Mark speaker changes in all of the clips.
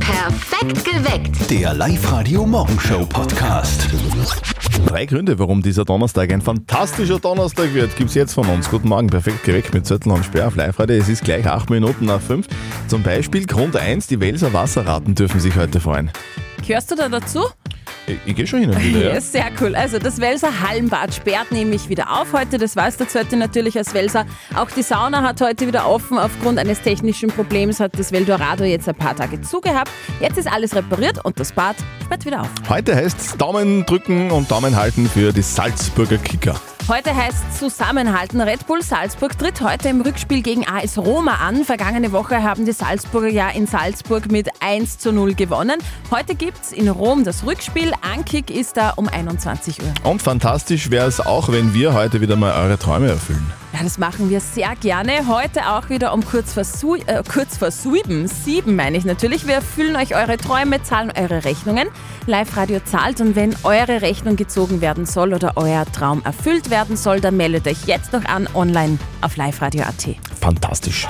Speaker 1: Perfekt geweckt.
Speaker 2: Der Live-Radio Morgenshow Podcast.
Speaker 3: Drei Gründe, warum dieser Donnerstag ein fantastischer Donnerstag wird, gibt's jetzt von uns. Guten Morgen, perfekt geweckt mit Zettel und Sperr auf live -Radio. Es ist gleich acht Minuten nach fünf. Zum Beispiel Grund eins: die Welser Wasserratten dürfen sich heute freuen.
Speaker 4: Gehörst du da dazu?
Speaker 3: Ich, ich gehe schon hin und wieder, ja.
Speaker 4: Yes, sehr cool. Also das Welser Hallenbad sperrt nämlich wieder auf heute. Das weiß der Zötti natürlich als Welser. Auch die Sauna hat heute wieder offen. Aufgrund eines technischen Problems hat das Veldorado jetzt ein paar Tage zugehabt. Jetzt ist alles repariert und das Bad sperrt wieder auf.
Speaker 3: Heute heißt Daumen drücken und Daumen halten für die Salzburger Kicker.
Speaker 4: Heute heißt zusammenhalten. Red Bull Salzburg tritt heute im Rückspiel gegen AS Roma an. Vergangene Woche haben die Salzburger ja in Salzburg mit 1 zu 0 gewonnen. Heute gibt's in Rom das Rückspiel. Ankick ist da um 21 Uhr.
Speaker 3: Und fantastisch wäre es auch, wenn wir heute wieder mal eure Träume erfüllen.
Speaker 4: Ja, das machen wir sehr gerne. Heute auch wieder um kurz vor, su äh, kurz vor sieben, sieben meine ich natürlich. Wir erfüllen euch eure Träume, zahlen eure Rechnungen. Live-Radio zahlt und wenn eure Rechnung gezogen werden soll oder euer Traum erfüllt werden soll, dann meldet euch jetzt noch an online auf liveradio.at.
Speaker 3: Fantastisch.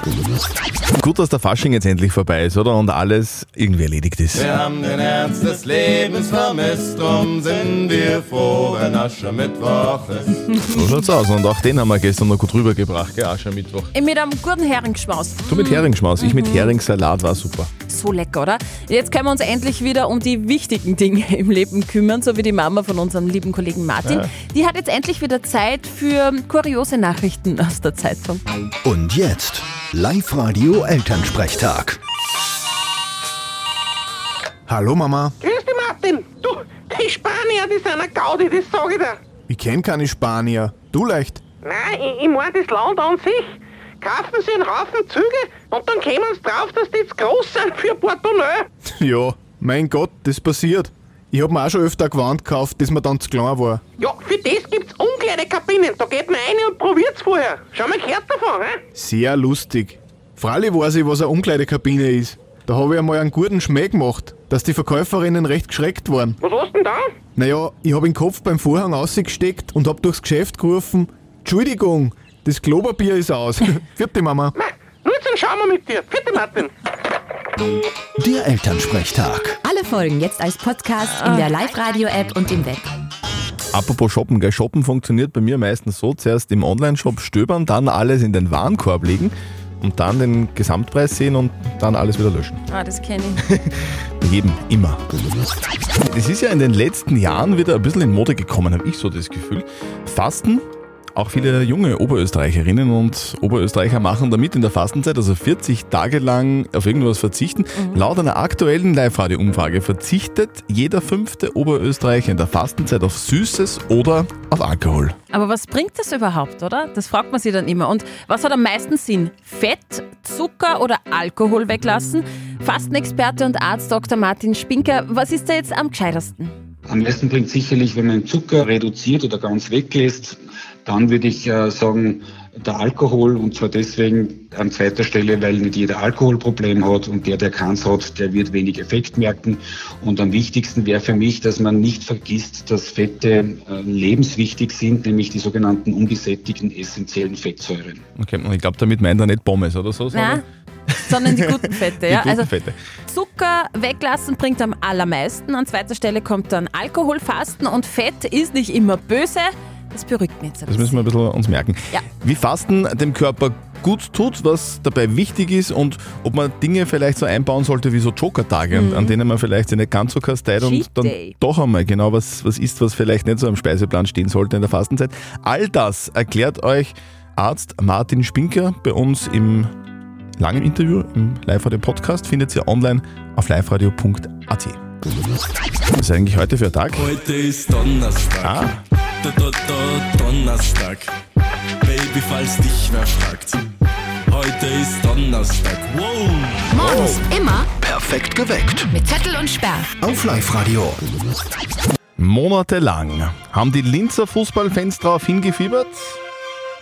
Speaker 3: Gut, dass der Fasching jetzt endlich vorbei ist, oder? Und alles irgendwie erledigt ist.
Speaker 5: Wir haben den Ernst des Lebens vermisst, drum sind wir froh, wenn Aschermittwoch ist.
Speaker 3: So schaut's aus. Und auch den haben wir gestern noch gut rübergebracht, gell? Aschermittwoch.
Speaker 4: Mit einem guten Heringsschmaus.
Speaker 3: Du mit Heringsschmaus, ich mit Heringssalat, war super.
Speaker 4: So lecker, oder? Jetzt können wir uns endlich wieder um die wichtigen Dinge im Leben kümmern, so wie die Mama von unserem lieben Kollegen Martin. Die hat jetzt endlich wieder Zeit für kuriose Nachrichten aus der Zeitung.
Speaker 2: Und jetzt Live-Radio Elternsprechtag.
Speaker 6: Hallo Mama,
Speaker 7: Grüß dich, Martin. Du, die Spanier, die sind eine Gaudi, das sag ich dir.
Speaker 6: ich kenn keine Spanier. Du leicht.
Speaker 7: Nein, ich, ich mein das Land an sich. Kaufen sie einen Haufen Züge und dann kommen sie drauf, dass die jetzt groß sind für Portemonnaie.
Speaker 6: Ja, mein Gott, das passiert. Ich hab mir auch schon öfter Gewand gekauft, das mir dann zu klein war.
Speaker 7: Ja, für das gibt's Umkleidekabinen. Da geht man rein und probiert's vorher. Schau mal, gehört davon, hä?
Speaker 6: Sehr lustig. Freilich weiß ich, was eine Umkleidekabine ist. Da habe ich einmal einen guten Schmäh gemacht, dass die Verkäuferinnen recht geschreckt waren.
Speaker 7: Was hast denn da?
Speaker 6: Naja, ich hab den Kopf beim Vorhang ausgesteckt und hab durchs Geschäft gerufen, Entschuldigung, das Kloberbier ist aus. Vierte Mama.
Speaker 7: Mei, nur zum Schauen wir mit dir. Vierte Martin.
Speaker 2: Der Elternsprechtag.
Speaker 8: Alle Folgen jetzt als Podcast in
Speaker 4: Ah.
Speaker 8: der Live-Radio-App und im Web.
Speaker 3: Apropos Shoppen, gell? Shoppen funktioniert bei mir meistens so: zuerst im Online-Shop stöbern, dann alles in den Warenkorb legen und dann den Gesamtpreis sehen und dann alles wieder löschen.
Speaker 4: Ah, das kenne ich.
Speaker 3: Bei jedem, immer. Es ist ja in den letzten Jahren wieder ein bisschen in Mode gekommen, habe ich so das Gefühl. Fasten. Auch viele junge Oberösterreicherinnen und Oberösterreicher machen damit in der Fastenzeit, also 40 Tage lang auf irgendwas verzichten. Laut einer aktuellen Live-Radio-Umfrage verzichtet jeder fünfte Oberösterreicher in der Fastenzeit auf Süßes oder auf Alkohol.
Speaker 4: Aber was bringt das überhaupt, oder? Das fragt man sich dann immer. Und was hat am meisten Sinn? Fett, Zucker oder Alkohol weglassen? Fastenexperte und Arzt Dr. Martin Spinker, was ist da jetzt am gescheitersten?
Speaker 9: Am meisten bringt sicherlich, wenn man den Zucker reduziert oder ganz weglässt, dann würde ich äh, sagen, der Alkohol und zwar deswegen an zweiter Stelle, weil nicht jeder Alkoholproblem hat und der, der keins hat, der wird wenig Effekt merken. Und am wichtigsten wäre für mich, dass man nicht vergisst, dass Fette äh, lebenswichtig sind, nämlich die sogenannten ungesättigten essentiellen Fettsäuren.
Speaker 3: Okay, und ich glaube, damit meint er nicht Pommes oder so, sondern
Speaker 4: Nein, sondern die guten Fette.
Speaker 3: die
Speaker 4: ja?
Speaker 3: guten
Speaker 4: also
Speaker 3: Fette.
Speaker 4: Zucker weglassen bringt am allermeisten. An zweiter Stelle kommt dann Alkoholfasten und Fett ist nicht immer böse. Das beruhigt mich jetzt ein
Speaker 3: Das müssen
Speaker 4: bisschen.
Speaker 3: wir ein bisschen uns merken.
Speaker 4: Ja.
Speaker 3: Wie Fasten dem Körper gut tut, was dabei wichtig ist und ob man Dinge vielleicht so einbauen sollte wie so Joker-Tage, an- an denen man vielleicht sich nicht ganz so kasteit und
Speaker 4: Mhm. Cheat
Speaker 3: dann
Speaker 4: Day.
Speaker 3: doch einmal genau was, was ist, was vielleicht nicht so am Speiseplan stehen sollte in der Fastenzeit. All das erklärt euch Arzt Martin Spinker bei uns im langen Interview im Live-Radio-Podcast. Findet ihr online auf liveradio.at. Was ist eigentlich heute für ein Tag?
Speaker 10: Heute ist Donnerstag.
Speaker 3: Ah.
Speaker 10: Da, da, da, Donnerstag. Baby, falls dich wer fragt. Heute ist Donnerstag. Wow.
Speaker 1: Morgens immer
Speaker 2: Oh. Perfekt geweckt.
Speaker 1: mit Zettel und Sperr.
Speaker 2: Auf Live-Radio.
Speaker 3: Monatelang haben die Linzer Fußballfans darauf hingefiebert.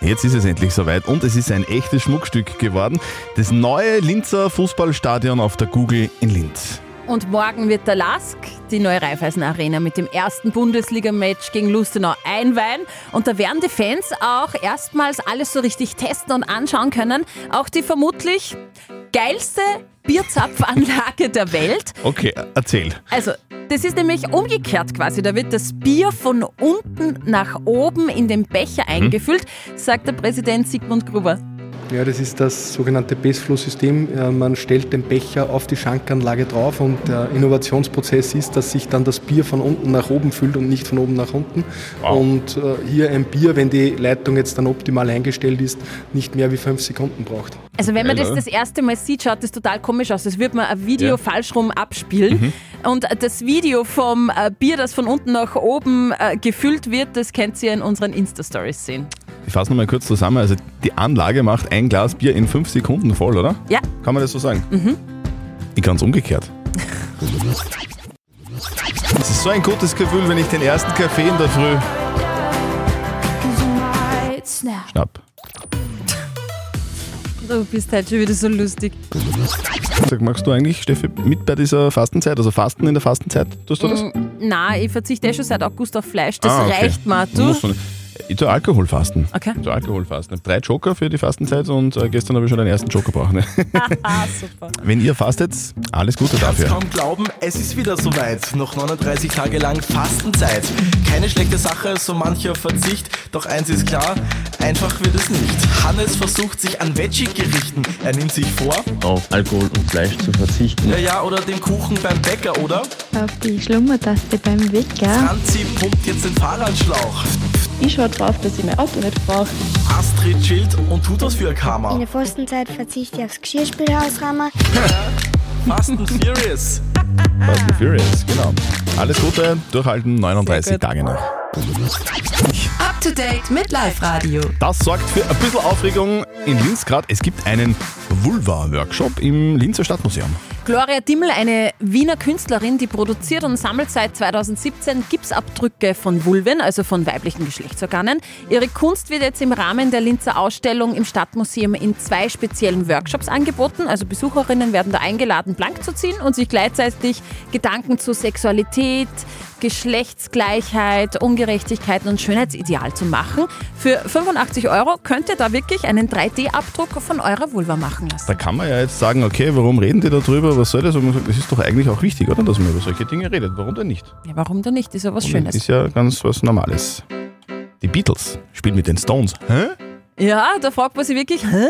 Speaker 3: Jetzt ist es endlich soweit und es ist ein echtes Schmuckstück geworden. Das neue Linzer Fußballstadion auf der Google in Linz.
Speaker 4: Und morgen wird der Lask die neue Raiffeisen Arena mit dem ersten Bundesliga-Match gegen Lustenau einweihen. Und da werden die Fans auch erstmals alles so richtig testen und anschauen können. Auch die vermutlich geilste Bierzapfanlage der Welt.
Speaker 3: Okay, äh, erzähl.
Speaker 4: Also, das ist nämlich umgekehrt quasi. Da wird das Bier von unten nach oben in den Becher eingefüllt, sagt der Präsident Sigmund Gruber.
Speaker 11: Ja, das ist das sogenannte Bestflow-System. Äh, Man stellt den Becher auf die Schankanlage drauf und der Innovationsprozess ist, dass sich dann das Bier von unten nach oben füllt und nicht von oben nach unten. Und äh, hier ein Bier, wenn die Leitung jetzt dann optimal eingestellt ist, nicht mehr wie fünf Sekunden braucht.
Speaker 4: Also wenn man das
Speaker 11: Hello.
Speaker 4: das erste Mal sieht, schaut das total komisch aus. Das würde man ein Video
Speaker 11: Ja.
Speaker 4: falsch rum abspielen.
Speaker 3: Mhm.
Speaker 4: Und äh, das Video vom äh, Bier, das von unten nach oben äh, gefüllt wird, das könnt ihr in unseren Insta-Stories sehen.
Speaker 3: Ich fasse nochmal kurz zusammen. Also die Anlage macht ein Glas Bier in fünf Sekunden voll, oder?
Speaker 4: Ja.
Speaker 3: Kann man das so sagen?
Speaker 4: Mhm.
Speaker 3: Ich kann es umgekehrt. Es ist so ein gutes Gefühl, wenn ich den ersten Kaffee in der Früh schnapp.
Speaker 4: Du bist halt schon wieder so lustig.
Speaker 3: Sag, magst du eigentlich, Steffi, mit bei dieser Fastenzeit? Also Fasten in der Fastenzeit? Tust du das?
Speaker 4: Mm, Nein, ich verzichte eh schon seit August auf Fleisch. Das
Speaker 3: Ah, okay.
Speaker 4: reicht mir. Du?
Speaker 3: Muss man- Ich tue Alkoholfasten.
Speaker 4: Okay.
Speaker 3: Ich tue Alkoholfasten. Ich hab Drei Joker für die Fastenzeit und äh, gestern habe ich schon den ersten Joker gebraucht. Ne?
Speaker 12: Super.
Speaker 3: Wenn ihr fastet, alles Gute
Speaker 12: Ich
Speaker 3: dafür.
Speaker 12: kaum glauben, es ist wieder soweit. Noch 39 Tage lang Fastenzeit. Keine schlechte Sache, so mancher Verzicht. Doch eins ist klar, einfach wird es nicht. Hannes versucht sich an Veggie-Gerichten. Er nimmt sich vor,
Speaker 13: auf Alkohol und Fleisch zu verzichten.
Speaker 12: ja ja, oder den Kuchen beim Bäcker, oder?
Speaker 14: Auf die Schlummertaste beim Wecker.
Speaker 12: Franzi pumpt jetzt den Fahrradschlauch.
Speaker 14: Ich schaue drauf, dass ich mein Auto nicht brauche.
Speaker 12: Astrid chillt und tut was für ihr Karma.
Speaker 15: In der Fastenzeit verzichte ich aufs Geschirrspülhausrahmen.
Speaker 12: Fast and Furious.
Speaker 3: Fast and Furious, genau. Alles Gute, durchhalten, 39 Tage noch.
Speaker 8: Up to date mit Live Radio.
Speaker 3: Das sorgt für ein bisschen Aufregung in Linz gerade. Es gibt einen Vulva-Workshop im Linzer Stadtmuseum.
Speaker 4: Gloria Dimmel, eine Wiener Künstlerin, die produziert und sammelt seit 2017 Gipsabdrücke von Vulven, also von weiblichen Geschlechtsorganen. Ihre Kunst wird jetzt im Rahmen der Linzer Ausstellung im Stadtmuseum in zwei speziellen Workshops angeboten. Also Besucherinnen werden da eingeladen, blank zu ziehen und sich gleichzeitig Gedanken zu Sexualität, Geschlechtsgleichheit, Ungerechtigkeiten und Schönheitsideal zu machen. Für 85 Euro könnt ihr da wirklich einen 3D-Abdruck von eurer Vulva machen lassen.
Speaker 3: Da kann man ja jetzt sagen, okay, warum reden die darüber? Was soll das? Aber man sagt, das ist doch eigentlich auch wichtig, oder? Dass man über solche Dinge redet. Warum denn nicht?
Speaker 4: Ja, warum denn nicht? Ist ja was Schönes.
Speaker 3: Ist ja ganz was Normales. Die Beatles spielen mit den Stones. Hä?
Speaker 4: Ja, da fragt man sich wirklich, hä?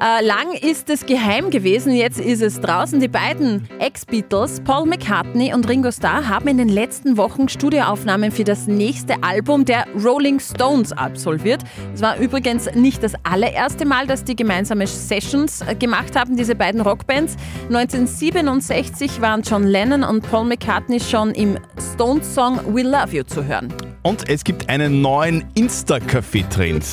Speaker 4: Äh, lang ist es geheim gewesen, jetzt ist es draußen. Die beiden Ex-Beatles, Paul McCartney und Ringo Starr, haben in den letzten Wochen Studioaufnahmen für das nächste Album der Rolling Stones absolviert. Es war übrigens nicht das allererste Mal, dass die gemeinsame Sessions äh, gemacht haben, diese beiden Rockbands. 1967 waren John Lennon und Paul McCartney schon im Stones-Song We Love You zu hören.
Speaker 3: Und es gibt einen neuen Insta-Café-Trend.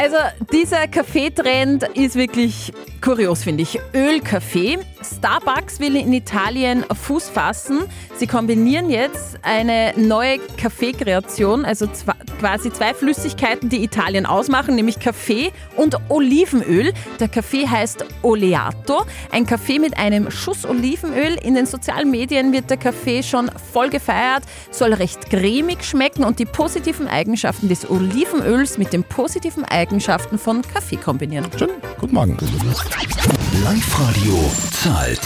Speaker 4: Also dieser Kaffeetrend ist wirklich kurios, finde ich. Ölkaffee. Starbucks will in Italien Fuß fassen. Sie kombinieren jetzt eine neue Kaffeekreation, also zwa- quasi zwei Flüssigkeiten, die Italien ausmachen, nämlich Kaffee und Olivenöl. Der Kaffee heißt Oleato, ein Kaffee mit einem Schuss Olivenöl. In den sozialen Medien wird der Kaffee schon voll gefeiert, soll recht cremig schmecken und die positiven Eigenschaften des Olivenöls mit den positiven Eigenschaften von Kaffee kombinieren.
Speaker 3: Schön, guten Morgen.
Speaker 2: Live-Radio zahlt.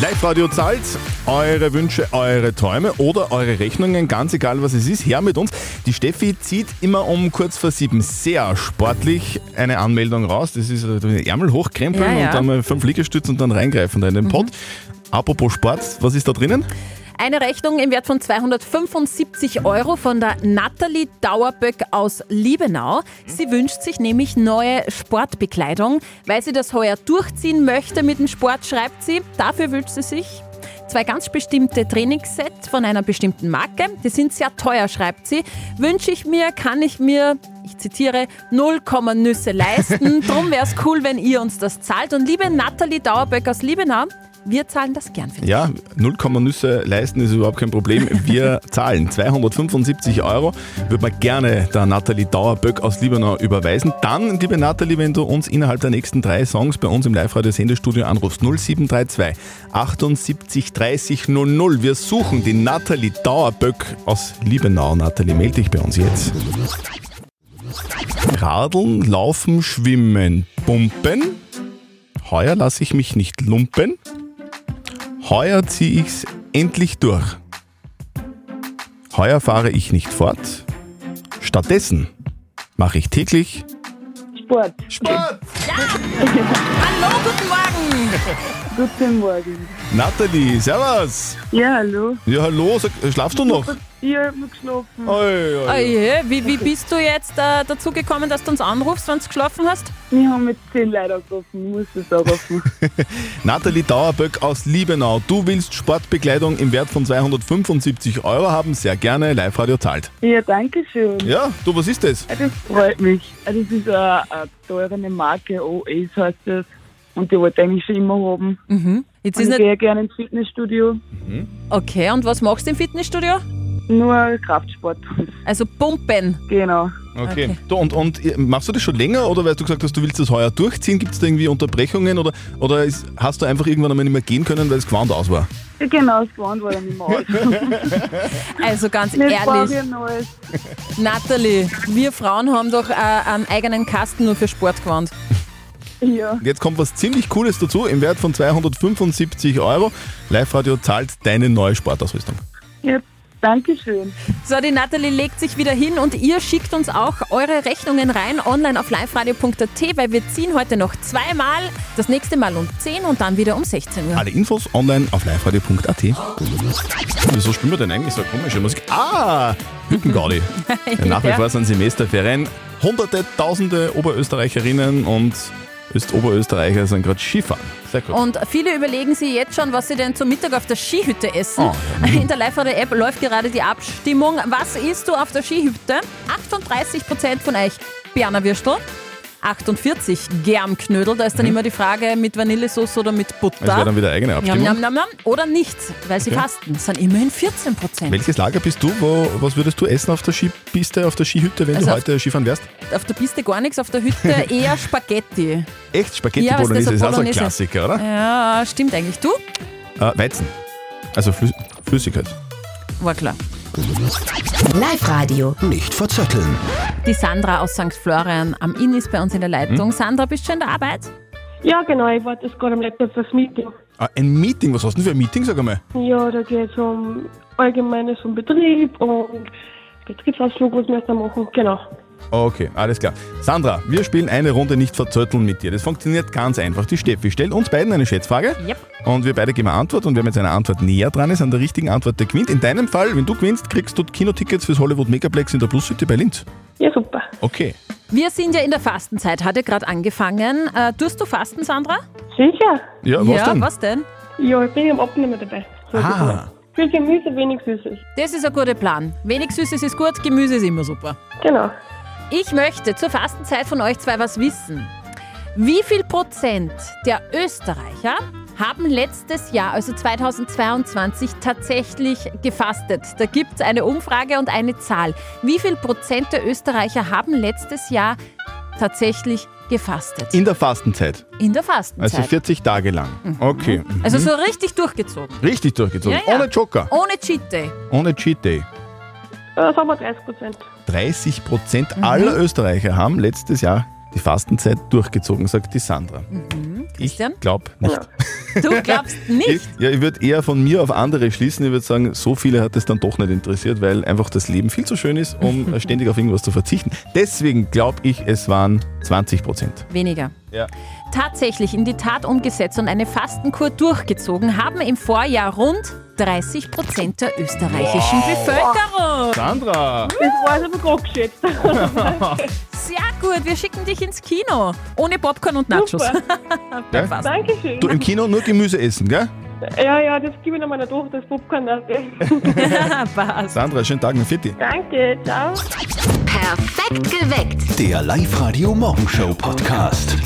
Speaker 3: Live-Radio zahlt eure Wünsche, eure Träume oder eure Rechnungen, ganz egal was es ist, her mit uns. Die Steffi zieht immer um kurz vor sieben sehr sportlich eine Anmeldung raus. Das ist äh, den Ärmel hochkrempeln
Speaker 4: Ja, Mhm. ja.
Speaker 3: und dann mal fünf Liegestütze und dann reingreifen da in den Pott. Apropos Sport, was ist da drinnen?
Speaker 4: Eine Rechnung im Wert von 275 Euro von der Nathalie Dauerböck aus Liebenau. Sie wünscht sich nämlich neue Sportbekleidung. Weil sie das heuer durchziehen möchte mit dem Sport, schreibt sie, dafür wünscht sie sich zwei ganz bestimmte Trainingssets von einer bestimmten Marke. Die sind sehr teuer, schreibt sie. Wünsche ich mir, kann ich mir, ich zitiere, 0, Nüsse leisten. Drum wäre es cool, wenn ihr uns das zahlt. Und liebe Nathalie Dauerböck aus Liebenau, wir zahlen das gern für dich.
Speaker 3: Ja, 0, Nüsse leisten ist überhaupt kein Problem. Wir zahlen 275 Euro. Würde man gerne der Nathalie Dauerböck aus Liebenau überweisen. Dann, liebe Nathalie, wenn du uns innerhalb der nächsten drei Songs bei uns im Live-Radio-Sendestudio anrufst, 0732 78 30 00. Wir suchen die Nathalie Dauerböck aus Liebenau. Nathalie, melde dich bei uns jetzt. Radeln, Laufen, Schwimmen, Pumpen. Heuer lasse ich mich nicht lumpen. Heuer ziehe ich's endlich durch. Heuer fahre ich nicht fort. Stattdessen mache ich täglich
Speaker 16: Sport.
Speaker 3: Sport!
Speaker 4: Ja! Hallo, guten Morgen!
Speaker 16: Guten Morgen.
Speaker 3: Nathalie. Servus!
Speaker 16: Ja, hallo.
Speaker 3: Ja, hallo, sag, äh, schlafst du noch?
Speaker 16: Ja, ich hab mich geschlafen.
Speaker 3: Oi,
Speaker 4: Oh je, wie, wie bist du jetzt äh, dazu gekommen, dass du uns anrufst, wenn du geschlafen hast?
Speaker 16: Wir haben jetzt zehn Leute angerufen, ich muss das anrufen.
Speaker 3: Nathalie Dauerböck aus Liebenau. Du willst Sportbekleidung im Wert von 275 Euro haben. Sehr gerne. Live-Radio zahlt.
Speaker 16: ja, danke schön.
Speaker 3: Ja, du, was ist das?
Speaker 16: Ja, Das freut mich. Ja, Das ist eine, eine teure Marke, OS heißt das. Und die wollte ich eigentlich schon immer haben.
Speaker 4: Jetzt
Speaker 16: und
Speaker 4: ist
Speaker 16: ich
Speaker 4: nicht-
Speaker 16: gehe gerne ins Fitnessstudio.
Speaker 4: Okay, und was machst du im Fitnessstudio?
Speaker 16: Nur Kraftsport.
Speaker 4: Also Pumpen.
Speaker 16: Genau.
Speaker 3: Okay. Du, und, und äh, machst du das schon länger oder weil du gesagt hast, du willst das heuer durchziehen? Gibt es da irgendwie Unterbrechungen oder, oder ist, hast du einfach irgendwann einmal nicht mehr gehen können, weil es gewandt aus war?
Speaker 16: Ja, genau, das gewohnt war dann immer aus. Genau.
Speaker 4: Also ganz
Speaker 16: Jetzt brauche ich
Speaker 4: ehrlich,
Speaker 16: ein neues.
Speaker 4: Nathalie, wir Frauen haben doch äh, einen eigenen Kasten nur für Sport gewandt.
Speaker 16: Ja.
Speaker 3: Und Jetzt kommt was ziemlich Cooles dazu im Wert von 275 Euro. Live-Radio zahlt deine neue Sportausrüstung.
Speaker 16: Ja, danke schön.
Speaker 4: So, die Nathalie legt sich wieder hin und ihr schickt uns auch eure Rechnungen rein online auf liveradio.at, weil wir ziehen heute noch zweimal, das nächste Mal um 10 und dann wieder um 16 Uhr.
Speaker 3: Alle Infos online auf liveradio.at. Wieso spielen wir denn eigentlich so komische Musik? Ah, Hüttengaudi. Ja, nach wie
Speaker 4: Ja.
Speaker 3: vor sind Semesterferien. Hunderte, tausende Oberösterreicherinnen und Öst-Oberösterreicher sind gerade Skifahren. Sehr gut.
Speaker 4: Und viele überlegen sich jetzt schon, was sie denn zum Mittag auf der Skihütte essen.
Speaker 3: Oh,
Speaker 4: In der Live-Radio-App läuft gerade die Abstimmung. Was isst du auf der Skihütte? 38% von euch Berner Würstel. 48 Germknödel. Da ist dann
Speaker 3: Mhm.
Speaker 4: immer die Frage mit Vanillesoße oder mit Butter.
Speaker 3: Das wäre dann wieder eigene Abstimmung.
Speaker 4: Nam, nam, nam, nam. Oder nicht, weil sie
Speaker 3: Okay.
Speaker 4: fasten. Das sind immerhin 14 Prozent.
Speaker 3: Welches Lager bist du? Wo, was würdest du essen auf der Skipiste, auf der Skihütte, wenn
Speaker 4: Also
Speaker 3: du
Speaker 4: auf-
Speaker 3: heute Skifahren wärst?
Speaker 4: Auf der Piste gar nichts, auf der Hütte eher Spaghetti.
Speaker 3: Echt? Spaghetti
Speaker 4: Ja, was ist das,
Speaker 3: Bolognese
Speaker 4: so
Speaker 3: ist auch so ein
Speaker 4: Bolognese?
Speaker 3: Klassiker, oder?
Speaker 4: Ja, stimmt eigentlich. Du?
Speaker 3: Äh, Weizen. Also Flüss Flüssigkeit.
Speaker 4: War klar.
Speaker 2: Live-Radio. Nicht verzetteln.
Speaker 4: Die Sandra aus St. Florian am Inn ist bei uns in der Leitung.
Speaker 3: Mhm.
Speaker 4: Sandra, bist du in der Arbeit?
Speaker 17: Ja, genau, ich warte jetzt gerade am Laptop fürs Meeting.
Speaker 3: Ah, ein Meeting, was hast du denn für ein Meeting, sag einmal?
Speaker 17: Ja, da geht es um Allgemeines vom Betrieb und Betriebsausflug, was wir jetzt da machen. Genau.
Speaker 3: Okay, alles klar. Sandra, wir spielen eine Runde nicht verzötteln mit dir. Das funktioniert ganz einfach. Die Steffi stellt uns beiden eine Schätzfrage
Speaker 4: Yep.
Speaker 3: und wir beide geben eine Antwort und wer mit seiner Antwort näher dran ist, an der richtigen Antwort, der gewinnt. In deinem Fall, wenn du gewinnst, kriegst du Kinotickets fürs Hollywood Megaplex in der Plus-City bei Linz.
Speaker 17: Ja, super.
Speaker 3: Okay.
Speaker 4: Wir sind ja in der Fastenzeit, hat ja gerade angefangen. Äh, tust du Fasten, Sandra?
Speaker 17: Sicher.
Speaker 3: Ja, was denn?
Speaker 4: was denn?
Speaker 17: Ja, ich bin am Abnehmen dabei.
Speaker 3: Ah.
Speaker 17: Viel Gemüse, wenig Süßes.
Speaker 4: Das ist ein guter Plan. Wenig Süßes ist gut, Gemüse ist immer super.
Speaker 17: Genau.
Speaker 4: Ich möchte zur Fastenzeit von euch zwei was wissen. Wie viel Prozent der Österreicher haben letztes Jahr, also 2022, tatsächlich gefastet? Da gibt es eine Umfrage und eine Zahl. Wie viel Prozent der Österreicher haben letztes Jahr tatsächlich gefastet?
Speaker 3: In der Fastenzeit.
Speaker 4: In der
Speaker 3: Also
Speaker 4: Fastenzeit.
Speaker 3: 40 Tage lang. Okay. Mhm.
Speaker 4: Also so richtig durchgezogen.
Speaker 3: Richtig durchgezogen.
Speaker 4: Ja, Oh. ja.
Speaker 3: Ohne Joker.
Speaker 4: Ohne Cheat Day.
Speaker 3: Ohne Cheat Day.
Speaker 17: Äh, sagen wir 30 Prozent.
Speaker 3: 30 Prozent
Speaker 4: Mhm.
Speaker 3: aller Österreicher haben letztes Jahr die Fastenzeit durchgezogen, sagt die Sandra.
Speaker 4: Mhm. Christian?
Speaker 3: Ich glaube nicht.
Speaker 4: Du glaubst nicht.
Speaker 3: Ich, ja, ich würde eher von mir auf andere schließen. Ich würde sagen, so viele hat es dann doch nicht interessiert, weil einfach das Leben viel zu schön ist, um ständig auf irgendwas zu verzichten. Deswegen glaube ich, es waren 20 Prozent.
Speaker 4: Weniger.
Speaker 3: Ja.
Speaker 4: tatsächlich in die Tat umgesetzt und eine Fastenkur durchgezogen haben im Vorjahr rund 30 Prozent der österreichischen
Speaker 3: Wow.
Speaker 4: Bevölkerung.
Speaker 3: Sandra!
Speaker 17: Das war jetzt aber grob geschätzt.
Speaker 4: Sehr gut, wir schicken dich ins Kino. Ohne Popcorn und Nachos.
Speaker 3: Gell?
Speaker 17: Dankeschön.
Speaker 3: Du im Kino nur Gemüse essen, gell?
Speaker 17: Ja, ja, das gebe ich noch meiner Tochter, das Popcorn.
Speaker 4: Passt.
Speaker 3: Sandra, schönen Tag, ein Fitti.
Speaker 17: Danke, ciao.
Speaker 1: Perfekt geweckt.
Speaker 2: Der Live-Radio Morgenshow Podcast.